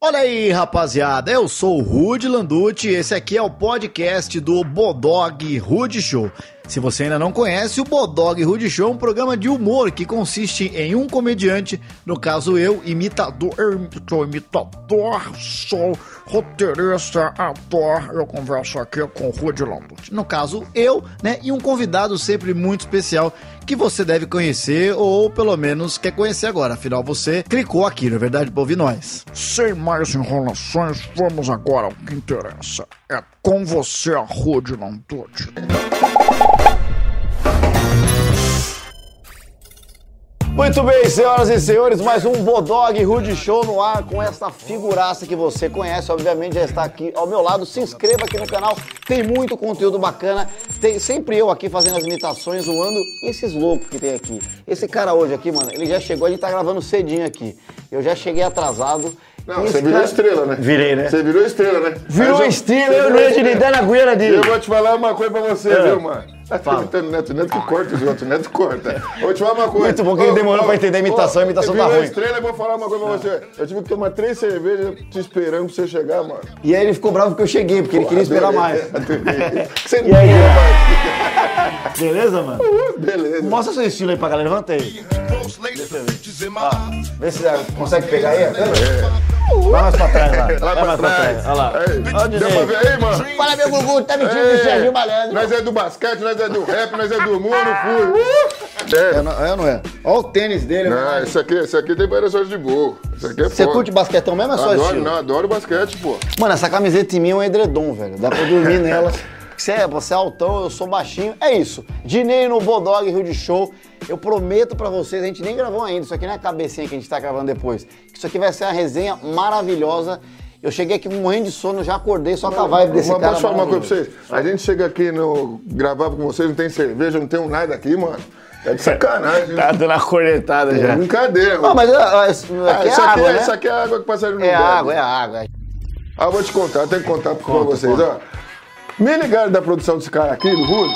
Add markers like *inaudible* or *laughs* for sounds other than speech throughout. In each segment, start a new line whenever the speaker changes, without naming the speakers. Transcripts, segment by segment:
Olha aí, rapaziada, eu sou o Rude Landucci, esse aqui é o podcast do Bodog Rude Show. Se você ainda não conhece, o Bodog Rude Show é um programa de humor que consiste em um comediante, no caso eu, imitador, sou imitador, sou roteirista, ator, eu converso aqui com o Rude Landucci. No caso, eu, né, e um convidado sempre muito especial que você deve conhecer ou pelo menos quer conhecer agora, afinal você clicou aqui, na é verdade, pra ouvir nós.
Sem mais enrolações, vamos agora ao que interessa. É com você, Rude Landucci.
Muito bem, senhoras e senhores, mais um Bodog Rude Show no ar com essa figuraça que você conhece, obviamente já está aqui ao meu lado. Se inscreva aqui no canal, tem muito conteúdo bacana. Tem sempre eu aqui fazendo as imitações, zoando e esses loucos que tem aqui. Tipo, Esse cara hoje aqui, mano, ele já chegou, a gente tá gravando cedinho aqui. Eu já cheguei atrasado.
Não, você virou estrela, né?
Virei, né?
Você virou estrela, né?
Virou
Mas
estrela,
você
eu não
virou
ia te lidar na goiânia
E eu
dele.
vou te falar uma coisa pra você,
Ah.
viu, mano? Tá
Fala.
imitando o Neto Neto que corta os outros, o Neto corta. Vou te falar uma coisa.
Muito bom que ele demorou pra entender a imitação, a imitação tá
virou
ruim.
estrela, eu vou falar uma coisa pra você. Eu tive que tomar três cervejas te esperando pra você chegar, mano.
E aí ele ficou bravo porque eu cheguei, porque ele queria esperar mais. *laughs*
Você
E aí?
não
Beleza, mano?
Beleza.
Mostra seu estilo aí pra galera, levanta aí.
Olha
Vê se consegue pegar aí. Vai mais pra trás lá.
Lá
Vai
pra
mais pra trás.
trás.
Olha lá.
Aí.
Olha
Deu pra ver aí, mano?
Fala, meu Gugu, tá mentindo
Ei,
do Serginho Malandro.
Nós é do basquete, nós é do rap, nós
*laughs*
é do mundo, fui. É,
não é, não é? Olha o tênis dele,
não, Ah, isso aqui, isso aqui tem várias horas de gol. Isso aqui é
Você
foda.
curte basquetão mesmo ou é só
Tá Adoro,
estilo?
não, adoro basquete, pô.
Mano, essa camiseta em mim é um edredom, velho. Dá pra
*laughs*
dormir nela. Você é, você é altão, eu sou baixinho. É isso. Dinei no Bodog Rio de Show. Eu prometo pra vocês, a gente nem gravou ainda. Isso aqui não é a cabecinha que a gente tá gravando depois. Isso aqui vai ser uma resenha maravilhosa. Eu cheguei aqui morrendo de sono, já acordei só com Tá a vibe desse
Mas
cara.
posso falar uma coisa pra
maravilhoso.
vocês? A gente chega aqui no. gravar com vocês, não tem cerveja, não tem um nada aqui, mano. É de sacanagem.
Tá dando uma cornetada
É
já.
brincadeira,
Não,
mano.
mas ah, ah, isso
Ah,
aqui é
isso, aqui,
água,
é-
né?
isso aqui é água que passaram no
É água, é água.
Ah, eu vou te contar, eu tenho que contar pra vocês, ó. Me ligaram da produção desse cara aqui, do Rude,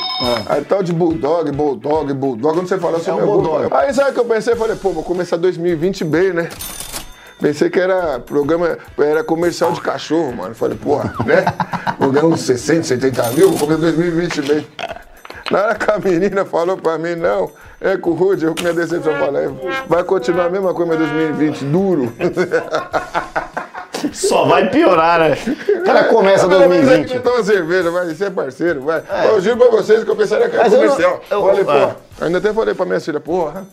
aí tal de Bulldog, Bulldog, Bulldog, quando você falou assim, meu Bulldog. Aí sabe o que eu pensei? Eu Falei, pô, vou começar 2020 bem, né? Pensei que era programa, era comercial de cachorro, mano. Falei, porra, né? Vou ganhar uns 60, 70 mil, vou começar 2020 bem. Na hora que a menina falou pra mim, não, é com o Rude, eu com minha decepção falei, vai continuar a mesma coisa, meu 2020, duro.
Só vai piorar, né?
O cara começa
Pelo menos aí que
2020.
*laughs* não toma cerveja, vai ser parceiro, vai. Eu juro pra vocês que eu pensaria que era
Mas eu não-
comercial.
eu-
falei,
ah.
pô, ainda até falei pra minha filha, porra,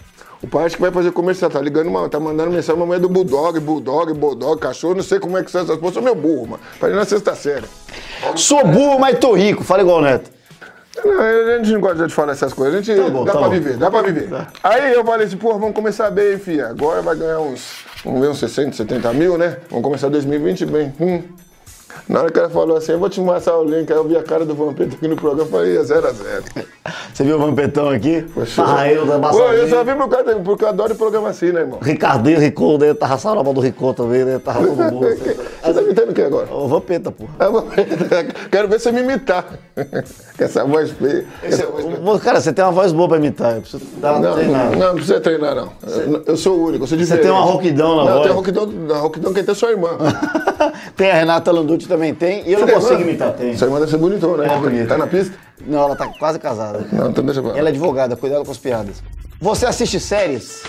o pai acho que vai fazer comercial, tá ligando, mano, tá mandando mensagem, mamãe é do Bulldog, Bulldog, Bulldog, cachorro, não sei como é que são essas coisas, sou meu burro, mano. Falei na sexta série.
Sou burro, mas tô rico. Fala igual o Neto.
Não, a gente não gosta de falar essas coisas, a gente
bom,
dá
tá
pra
bom. Tá.
viver, dá pra viver. Aí eu falei assim, pô, vamos começar bem, filha, agora vai ganhar uns, vamos ver uns 60, 70 mil, né? Vamos começar 2020 bem. Hum. Na hora que ela falou assim, eu vou te mostrar o link, aí eu vi a cara do Vampeta aqui no programa e falei, é 0 a 0
Você viu o vampetão aqui?
Parreiro da
Pô, eu
Massageira.
só vim por causa, porque eu adoro programa assim, né, irmão?
Ricardinho, Ricô, né? Tá raçando a mão do Ricô também, né? Tá raçando
*laughs*
o
assim.
bolo.
Você tá imitando o que agora? *laughs*
Ô, vampeta, porra.
Ah, Vampeta, *laughs* Quero ver você me imitar. *laughs* Com essa voz feia.
é
Essa voz feia.
Ô, Cara, você tem uma voz boa pra imitar. Eu preciso dar uma
Não,
treinada.
não, não precisa treinar, não. Eu- Eu sou o único, eu sou diferente.
tem uma rouquidão na
não,
voz.
Tem rouquidão, não, rouquidão quem tem é sua irmã.
Tem a Renata Landucci também tem. E eu não
Tem
consigo
irmã?
imitar, tem.
Sua irmã deve ser bonitona, né? Tá na pista?
Não, ela tá quase casada.
Não, então deixa pra lá.
Ela é advogada, cuidado com as piadas. Você assiste séries?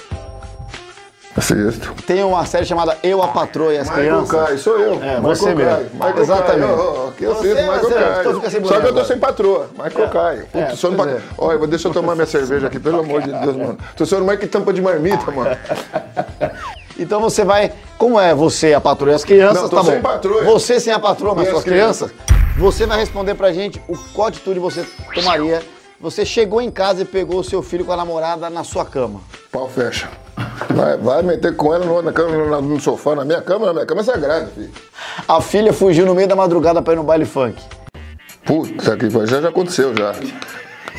Assisto.
Tem uma série chamada Eu, a Patroa e as
é Michael
Crianças.
Kai, sou eu. É,
você mesmo.
Exatamente.
Kai, ó, ó, aqui eu
Você,
sinto, Michael
você,
Kai.
então fica sem boneco
Só que eu tô
agora.
sem patroa. Michael Kai. Puta,
É,
sono
pois
pra... Olha, vou- deixa eu tomar minha cerveja aqui, pelo amor de Deus, mano. Tô sendo mais que tampa de marmita, mano.
Então você vai. Como é você, a patroa e as crianças?
Não, tô
tá
sem
bom.
patroa.
Você sem a patroa, mas
E
com
as
as crianças? Você vai responder pra gente o qual atitude você tomaria. Você chegou em casa e pegou o seu filho com a namorada na sua cama.
Pau fecha. Vai, vai meter com ela no, na cama, no, no sofá, na minha cama, na minha cama é sagrada, filho.
A filha fugiu no meio da madrugada pra ir no baile funk.
Puta que pariu, já, já aconteceu já.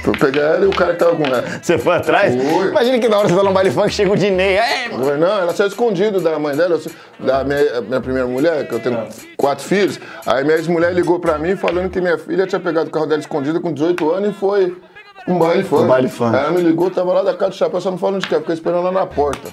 Fui pegar ela e o cara que tava com ela.
Você foi atrás?
Ui.
Imagina que na hora você tá no baile funk, chega o Dinei. É, "Ei, mano,
Não, ela saiu escondido da mãe dela, eu sou- da minha, minha primeira mulher, que eu tenho quatro filhos. Aí minha ex-mulher ligou pra mim falando que minha filha tinha pegado o carro dela escondido com 18 anos e foi um baile fã.
baile funk.
Ela me ligou, tava lá da casa do chapéu, só não falando de que, ficou esperando lá na porta.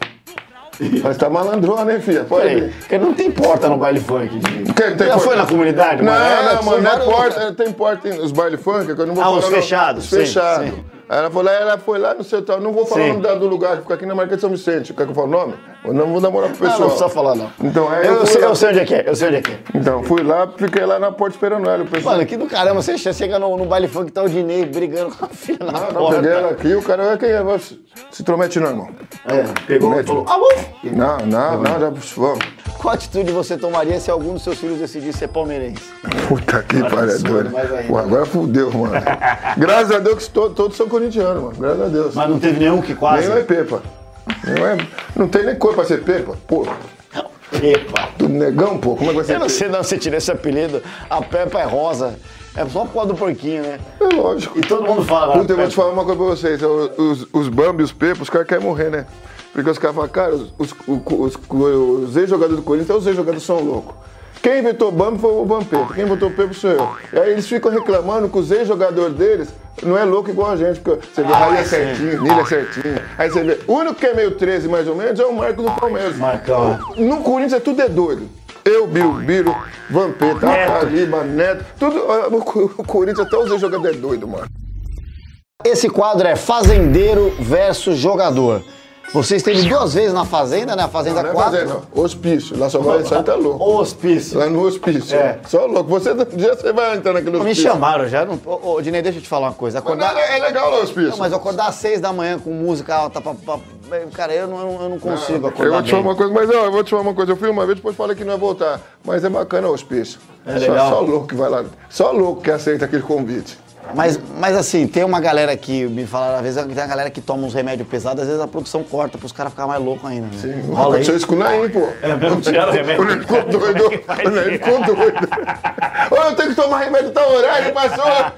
Mas tá malandrona, hein, filha? Pode
Peraí,
ver.
porque não tem porta no baile funk. gente.
Quem tem
Já
porta?
foi na comunidade?
Não,
mano? né?
não, mano, não é
vários-
porta, tem porta em- os baile funk, que eu não vou
Ah,
falar.
os
não.
fechados,
Os
sim,
fechados.
sim.
Aí ela falou, aí ela foi lá no seu tal, não vou falar
Sim.
o nome da- do lugar, que fica aqui na Marquês de São Vicente. Quer que eu fale o nome? Eu não vou dar moral pro
Ah,
é pessoal.
não precisa falar, não.
Então, é,
eu,
eu
sei,
vou-
eu sei onde é que é, eu sei onde é que é.
Então, fui lá, fiquei lá na porta esperando ela. O pessoal
Mano, que do caramba, você chega no, no baile funk, tá o Dinei brigando com a filha na
Ah, não,
porta.
peguei ela aqui, o cara, quem é? Vai Se se intromete não, irmão.
É, pegou,
Mete.
falou, ah, bom.
Não, não, não, já, vamos.
Qual atitude você tomaria se algum dos seus filhos decidisse ser palmeirense?
Puta que pariu,
absurdo,
doido.
tá mais ainda.
Pô, agora
*laughs*
fudeu, mano. Graças a Deus que to- todos são corintianos, mano. Graças a Deus.
Mas não teve nenhum que quase.
Nem o é Pepa. Nem o é... Não tem nem cor pra ser Pepa. Pô,
Epa.
do negão, pô. Como é que vai ser
Eu não
Pepa?
sei de onde você tirou esse apelido. A Peppa é rosa. É só por causa do porquinho, né?
É lógico.
E todo mundo fala.
Puta, eu vou
Peppa.
te falar uma coisa pra vocês. Os, os, os Bambi, os Pepa, os caras querem morrer, né? Porque os caras falam, cara, os, os, o- os, os ex-jogadores do Corinthians, os ex-jogadores são loucos. Quem inventou o Bambi foi o Bampepo. Quem inventou o Pepo sou eu. E aí eles ficam reclamando que os ex-jogadores deles não é louco igual a gente. Porque você
Ah,
vê Raí é certinho, Nilha é certinho. Aí você vê. O único que é meio 13 mais ou menos é o Marcos do Palmeiras.
Marcão, é.
No Corinthians tudo é doido. Eu, Biro, Biro, Vampeta,
Neto.
Caliba, Neto, tudo. ó, O Co- o Corinthians até os jogadores é doido, mano.
Esse quadro é Fazendeiro versus Jogador. Você esteve duas vezes na Fazenda, né? A Fazenda
Não é
4.
fazenda, não. Hospício. Lá só vai sair tá louco.
Ô, Hospício.
Lá no hospício.
É.
Só louco. Você um dia você vai entrar naquele
Me
hospício.
chamaram já. Não... Ô, ô, Dinei, deixa eu te falar uma coisa.
Mas não,
Acordar...
é é legal lá o hospício.
Não, mas eu acordar às seis da manhã com música alta pra. pra- Cara, eu não, eu não- eu não consigo é acordar.
eu vou te falar
bem.
uma coisa, mas ó, eu vou te falar uma coisa. Eu fui uma vez, depois falei que não ia voltar. Mas é bacana o hospício.
É
só,
legal.
só louco que vai lá. Só louco que aceita aquele convite.
Mas, mas assim, tem uma galera que me falaram, às vezes tem uma galera que toma uns remédios pesados, às vezes a produção corta pros caras ficarem mais loucos ainda. Né?
Sim,
Rola aí.
aconteceu isso com o Naim, pô.
É mesmo? Tiraram o remédio?
O *laughs* Naim ficou doido. O Naim ficou doido. Ô, eu tenho que tomar remédio tal horário, passou.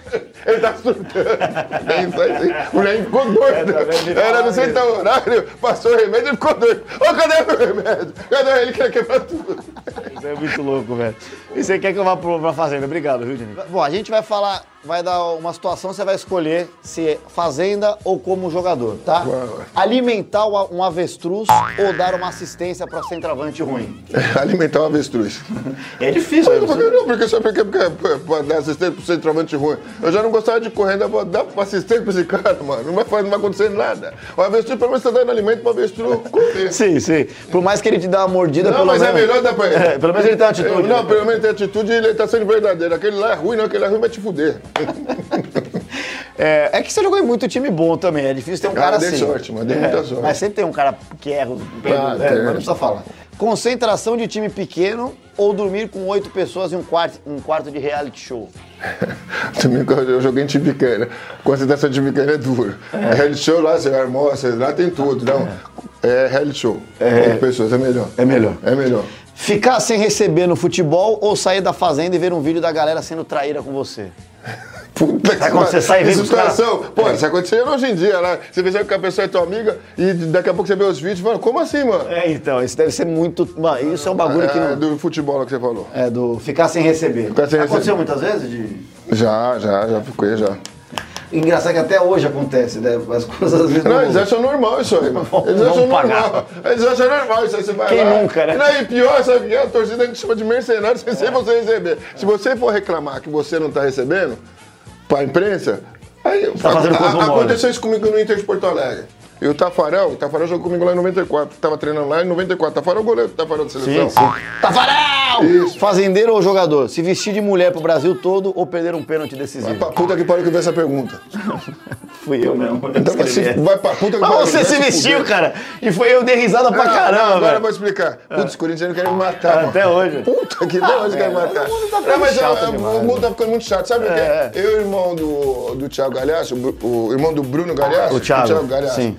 Ele tá surtando. É isso aí, sim. O Naim ficou doido. Era não sei tal horário, passou o remédio, ele ficou doido. Ô, cadê meu remédio? Cadê ele? Quer quebrar tudo.
Isso é muito louco, velho. E você quer que eu vá pro- pra fazenda? Obrigado, viu, Dini? Bom, a gente vai falar, vai dar uma situação, você vai escolher se é fazenda ou como jogador, tá?
Uau.
Alimentar um um avestruz ou dar uma assistência pra centroavante ruim.
Alimentar o avestruz.
É difícil,
Não, porque, não, porque só porque, porque porque pra dar assistência pro centroavante ruim. Eu já não gostava de correr, ainda vou dar assistência pra esse cara, mano. Não vai, fazer- não vai acontecer nada. O avestruz, pelo menos, você tá dando alimento pro avestruz comer.
Sim, sim. Por mais que ele te dê uma mordida,
Não,
pelo
mas
menos...
é melhor dar pra
*laughs*
ele.
É, pelo menos ele tem uma atitude,
Eu- Não,
né?
pelo menos ele tem atitude e ele tá sendo verdadeiro. Aquele lá é ruim, não, aquele lá é ruim vai te fuder. *laughs*
É, é que você jogou em muito time bom também, é difícil ter um
Ah,
cara
dei
assim.
sorte, mano, dei muita sorte.
Mas sempre tem um cara que erra, os-
Ah,
é,
tem.
mas não precisa falar. Concentração de time pequeno ou dormir com oito pessoas em um quarto, um quarto de reality show?
Também que eu joguei em Tibiquera. Concentração de Tibiquera é duro. É. Reality show lá, você armou, você- lá tem tudo. Não. É reality show. É. pessoas, é melhor.
É melhor.
É melhor.
Ficar sem receber no futebol ou sair da fazenda e ver um vídeo da galera sendo traíra com você?
Puta que
Sabe quando você sai e É.
Que
vê os caras-
situação. Pô, isso acontecia hoje em dia, né? Você vê que a pessoa é tua amiga e daqui a pouco você vê os vídeos e fala, como assim, mano?
É, então, isso deve ser muito... Mano, isso é um bagulho que
É,
não...
do futebol lá que você falou.
É, do ficar sem receber.
Ficar sem
Aconteceu muitas vezes, de...
Já, já, já fiquei, já.
Engraçado que até hoje acontece, né? As coisas *laughs* às vezes
Não,
não-
eles acham normal isso aí, mano. Eles
Vão
acham
Então, pagar.
normal. Eles acham normal isso aí, você vai
Quem
lá.
nunca, né? É.
Não, e pior, sabe o que é? A torcida te chama de mercenário sem sem você receber. Se você for reclamar que você não tá recebendo, pra imprensa, aí...
Tá fazendo coisa
a,
mole.
Aconteceu isso comigo no Inter de Porto Alegre. E o Tafarel, o Tafarel jogou comigo lá em 94. Tava treinando lá em 94. Tafarel é o goleiro do Tafarel da
Sim,
seleção.
sim. Tafarel!
Isso.
Fazendeiro ou jogador? Se vestir de mulher pro Brasil todo ou perder um pênalti
Vai
decisivo?
pra Ah, puta que pariu que vê essa pergunta.
Fui eu mesmo.
Então, mas se- vai pra puta que
Mas
pariu.
Ah, você
vai Ah,
se vestiu, cara! E foi eu dei risada pra
Não, não,
caramba,
Agora eu
velho.
vou explicar. Putz, os corintianos querem me matar.
Até
mano.
hoje.
Puta que até hoje querem me matar.
o mundo tá ficando
Não, mas
chato
é, é,
demais, né?
o mundo tá ficando muito chato. Sabe
É.
o quê? Eu e o irmão do, do Thiago Galhaço, o Bru- o irmão do Bruno Galhaço,
O Thiago,
Galhaço.
sim.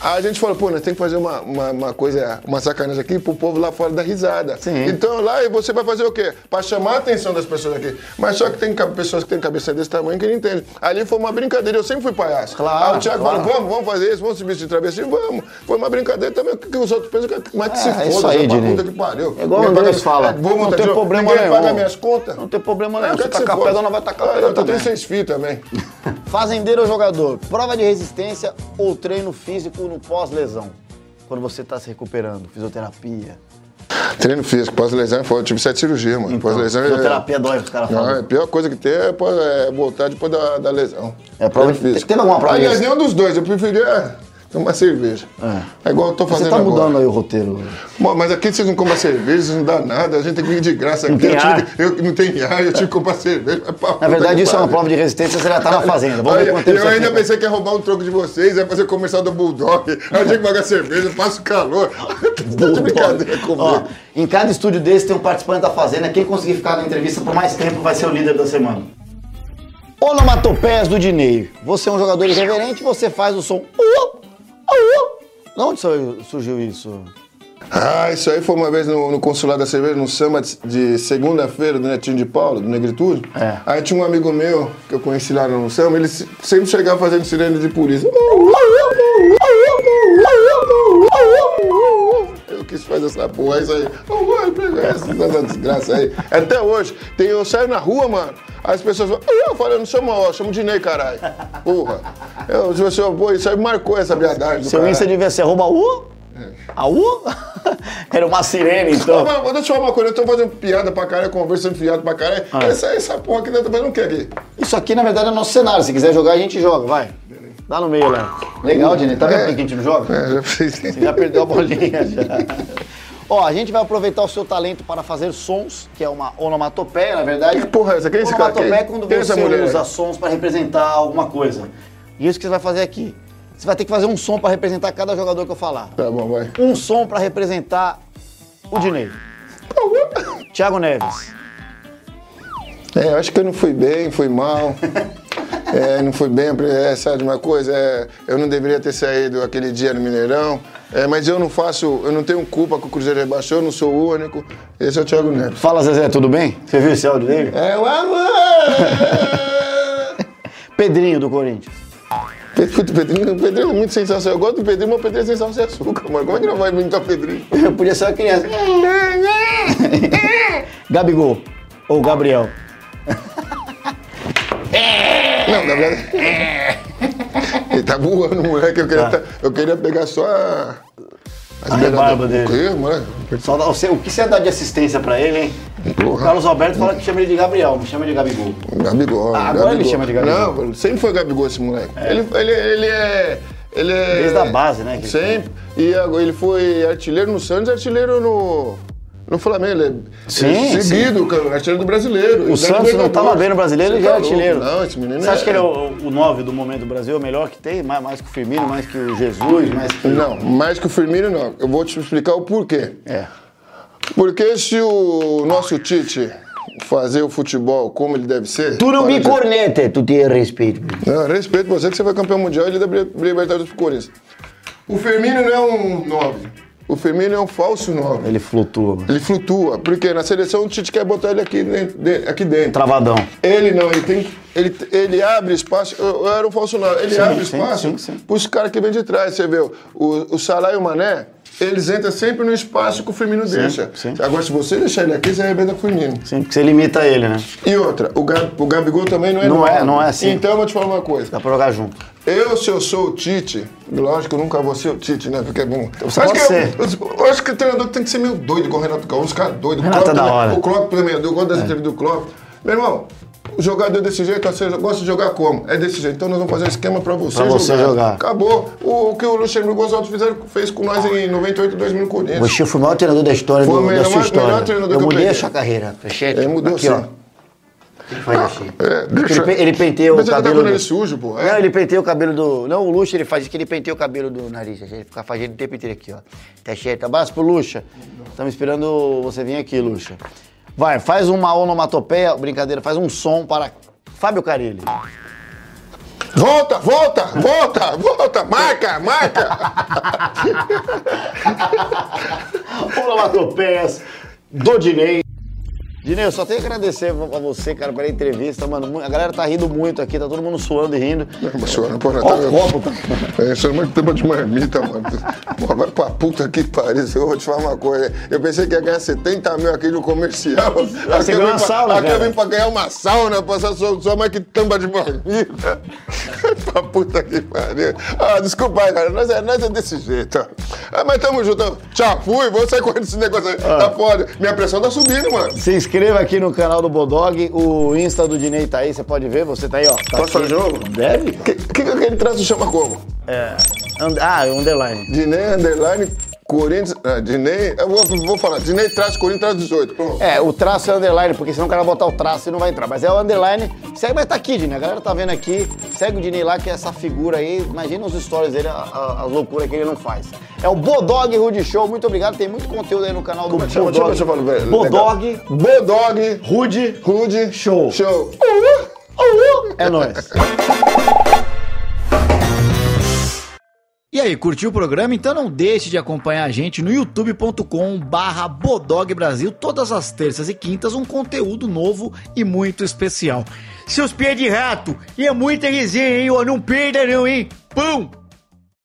Aí a gente falou, pô, nós temos que fazer uma, uma, uma coisa, uma sacanagem aqui pro povo lá fora dar risada.
Sim.
Então lá e você vai fazer o quê? Pra chamar a atenção das pessoas aqui. Mas só que tem ca- pessoas que têm cabeça desse tamanho que não entendem. Ali foi uma brincadeira, eu sempre fui palhaço.
Claro,
Aí o Ah, Thiago
claro.
falou, vamos, vamos fazer isso, vamos se vestir de travestinho, vamos. Foi uma brincadeira também, o que que os outros pensam, que- mas que se
É, é
foda,
isso aí,
pra
Dinei.
puta que pariu.
É igual o
Me
Andrés
paga-
fala,
é, vou
não
montar
tem
show.
problema
Ninguém
nenhum.
paga minhas contas.
Não tem problema nenhum.
eu
Se
quero que
tacar
se foda.
pedra, não vai tacar
Ah,
pedra
Eu tô
também.
tendo seis fios também.
Fazendeiro ou jogador? Prova de resistência ou treino físico no pós-lesão? quando você está se recuperando? Fisioterapia.
*laughs* Treino físico, pós-lesão é foda. Eu tive sete cirurgias, mano. pós-lesão é.
Então, Fisioterapia então. dói os caras
Não,
falam.
a pior coisa que tem é, pós- é voltar depois da, da lesão.
É, prova
Treino
de- teve alguma prova
Aliás,
de-
nenhum dos dois. Eu preferia tomar cerveja. É. igual eu tô fazendo
Você tá
agora.
mudando aí o roteiro.
Mô, mas aqui vocês não compram cerveja, vocês não dá nada, a gente tem que vir de graça aqui.
tem
eu tive
ar.
que- eu, não tem ar, eu tive que comprar cerveja. mas pra
Na
puta
verdade,
que
isso é uma
pariu.
prova de resistência, você já tá na fazenda. Vamos ver
Olha,
quanto tempo é.
eu
você
ainda
fica.
pensei que ia roubar um troco de vocês, ia fazer comercial do Bulldog. Aí eu tinha que pagar cerveja, passa
*laughs*
o calor. tá de brincadeira
Ó,
comigo.
em cada estúdio desse tem um participante da Fazenda. Quem conseguir ficar na entrevista por mais tempo vai ser o líder da semana. Onomatopeias do Dinei. Você é um jogador irreverente, você faz o som. "Uop, uop". De onde saiu- surgiu isso?
Ah, isso aí foi uma vez no, no consulado da cerveja, no samba de, de segunda-feira do Netinho de Paulo, do Negritude.
É.
Aí tinha um amigo meu que eu conheci lá no samba, ele se- sempre chegava fazendo sirene de polícia. Eu quis fazer essa porra, é isso aí. Essa desgraça aí. Até hoje, tem, eu saio na rua, mano, aí as pessoas falam, eu falo, eu não chamo ó, eu chamo Dinei, caralho. Porra. Eu, tipo assim, ó, pô, isso aí marcou essa viadagem do
Seu
caralho.
Insta devia ser arroba U? A U? *laughs* Era uma sirene,
Ô,
então.
mano, deixa eu te falar uma coisa, eu tô fazendo piada pra caralho, conversando fiado pra caralho.
Ah.
Essa, essa porra aqui dentro, mas não quer aqui.
Isso aqui, na verdade, é nosso cenário. Se quiser jogar, a gente joga, vai. Dá no meio, lá. Legal, Dinei. Tá vendo por que a gente não joga?
É, já fiz.
*laughs* Já perdeu a bolinha já. Ó, a gente vai aproveitar o seu talento para fazer sons, que é uma onomatopeia, na verdade.
Que porra é essa? Quem é esse cara aqui?
onomatopeia é quando
Quem é essa mulher
você
aí?
usa sons para representar alguma coisa. E isso que você vai fazer aqui. Você vai ter que fazer um som para representar cada jogador que eu falar.
Tá bom, vai.
Um som para representar o Dinei. Thiago Neves.
É, eu acho que eu não fui bem, fui mal. É, não fui bem, é, sabe de uma coisa? É, eu não deveria ter saído aquele dia no Mineirão. É, mas eu não faço, eu não tenho culpa que o Cruzeiro rebaixou, eu não sou o único. Esse é o Thiago Neves.
Fala, Zezé, tudo bem? Você viu esse áudio dele?
É o amor!
Pedrinho do Corinthians.
Pedro, Pedrinho, o Pedrinho é muito sensacional. Eu gosto do Pedrinho, mas o Pedrinho é sensação sem açúcar, mano. Como é que não vai imitar o Pedrinho?
Eu podia ser uma criança. *laughs* Gabigol. Ou Gabriel.
Não, na verdade. Ele tá voando, moleque. Eu queria, tá- eu queria pegar só a. As
rebarba dele.
O quê, mano?
Só dá- você- o que você dá de assistência pra ele, hein? O
Porra.
Carlos Alberto fala que chama ele de Gabriel, me chama de Gabigol.
Gabigol.
Ah, agora
Gabigol.
ele chama de Gabigol.
Não, sempre foi Gabigol esse moleque. Ele, ele, ele é. Ele é.
Desde a base, né, que ele
Sempre. E agora ele foi artilheiro no Santos, artilheiro no. No Flamengo, ele é
Sim,
ele é seguido, cara, artilheiro do brasileiro.
O
Ele é
Santos não
Libertadores.
tava bem no brasileiro, ele
Você
já é
tá louco.
artilheiro.
Não, esse menino
Você acha que ele é o, o 9 do momento do Brasil, o melhor que tem? Mais, mais que o Firmino, mais que o Jesus, mais que.
Não, mais que o Firmino não. Eu vou te explicar o porquê.
É.
Porque se o nosso Tite fazer o futebol como ele deve ser.
Tu não
para
me
de-
corneta, tu tem respeito.
Não, respeito você que você vai campeão mundial e ele dá bri- Libertadores pro Corinthians. O Firmino não é um 9. O Firmino é um falso 9.
Ele flutua, mano.
Ele flutua, porque na seleção o Tite quer botar ele aqui dentro. de- Aqui dentro.
Travadão.
Ele não, ele tem. Ele, ele abre espaço. Eu, eu era um falso 9. Ele
Sim,
abre
sim,
espaço
sim, sim.
pros caras que vêm de trás. Você vê, o, o Salah e o Mané, eles entram sempre no espaço que o Firmino deixa.
sim.
Agora, se você deixar ele aqui, você arrebenta com o Firmino.
Sempre que você limita ele, né?
E outra, o, Gab, o Gabigol também não é
Não
nove.
é, não é assim.
Então eu vou te falar uma coisa.
Dá pra jogar junto.
Eu, se eu sou o Tite, lógico que eu nunca vou ser o Tite, né? Porque é bom.
Você
acho,
pode
que eu- eu acho que o treinador tem que ser meio doido, igual o Renato Gaúcho, uns caras doidos. O
Renato
Klopp
é da
também-
hora. É.
O Klopp também, eu gosto das entrevistas do Klopp. Meu irmão, o jogador é desse jeito, você gosta de jogar como? É desse jeito. Então nós vamos fazer um esquema pra você
Pra
jogar.
você jogar.
Acabou. O, o que o Luxemburgo Gonçalves fizeram, fez com nós em 98, 2000 no Corinthians.
Você
é
foi o maior treinador da história
Foi
do,
o
da
melhor-
sua
melhor
história.
treinador
eu
que eu
mudei a
peguei.
sua carreira. Fechete.
Ele mudou assim.
Aqui,
sim.
ó. Ele faz assim.
É, deixa-
Ele, pe- ele penteia o
Mas ele tá
cabelo.
com ele
do-
sujo, pô.
Não, ele penteia o cabelo do. Não, o Luxa, ele faz que ele penteia o cabelo do nariz. Ele fica fazendo o tempo inteiro aqui, ó. Tá cheio.
Abraço pro Luxa. Estamos esperando você vir aqui, Luxa. Vai, faz uma onomatopeia, brincadeira, faz um som para Fábio Carilli.
Volta, volta, volta, volta, marca, marca.
Onomatopeias do Dinei. Dinei, eu só tenho que agradecer a você, cara, pela entrevista, mano. Mu- A galera tá rindo muito aqui, tá todo mundo suando e rindo.
Chorando por
Ó o copo, tá?
É, isso é muito tempo de marmita, mano. Pô, vai pra puta que pariu, eu vou te falar uma coisa. Eu pensei que ia ganhar 70 mil aqui no comercial. Aqui eu
Ah, ganhou
vim
uma
pra-
sauna,
Aqui eu
cara.
vim pra ganhar uma sauna, passar só, só mais que tampa de marmita. *laughs* pra puta que pariu. Ah, desculpa aí, cara. Nós é, nós é desse jeito. ó. Ah, mas tamo junto. Tchau, fui. Vou sair correndo esse negócio aí.
Ah.
Tá foda. Minha pressão tá subindo, mano.
Se inscreva aqui no canal do Bodog, o Insta do Dinei tá aí, você pode ver, você tá aí, ó. Tá
Posso fazer jogo?
Deve?
Que, que, que aquele traço chama como?
And- ah, underline.
Dinei, underline, Corinthians... Ah, Dinei... Eu vou, vou falar. Dinei, traço, Corinthians, traço 18. Pronto.
É, o traço é underline, porque senão o cara vai botar o traço e não vai entrar. Mas é o underline. Segue, mas tá aqui, Dinei. A galera tá vendo aqui. Segue o Dinei lá, que é essa figura aí. Imagina os stories dele, a- a- as loucuras que ele não faz. É o Bodog Rude Show. Muito obrigado. Tem muito conteúdo aí no canal do
Como é que chama? Deixa eu- deixa eu falar, velho.
Bodog
Bodog,
Rude.
Rude...
Show.
Show.
É nóis.
E aí, curtiu o programa? Então não deixe de acompanhar a gente no youtube.com barra Bodog Brasil todas as terças e quintas, um conteúdo novo e muito especial. Seus pés de rato, e é muita resenha, hein? ó, Não perda não, hein? Pão!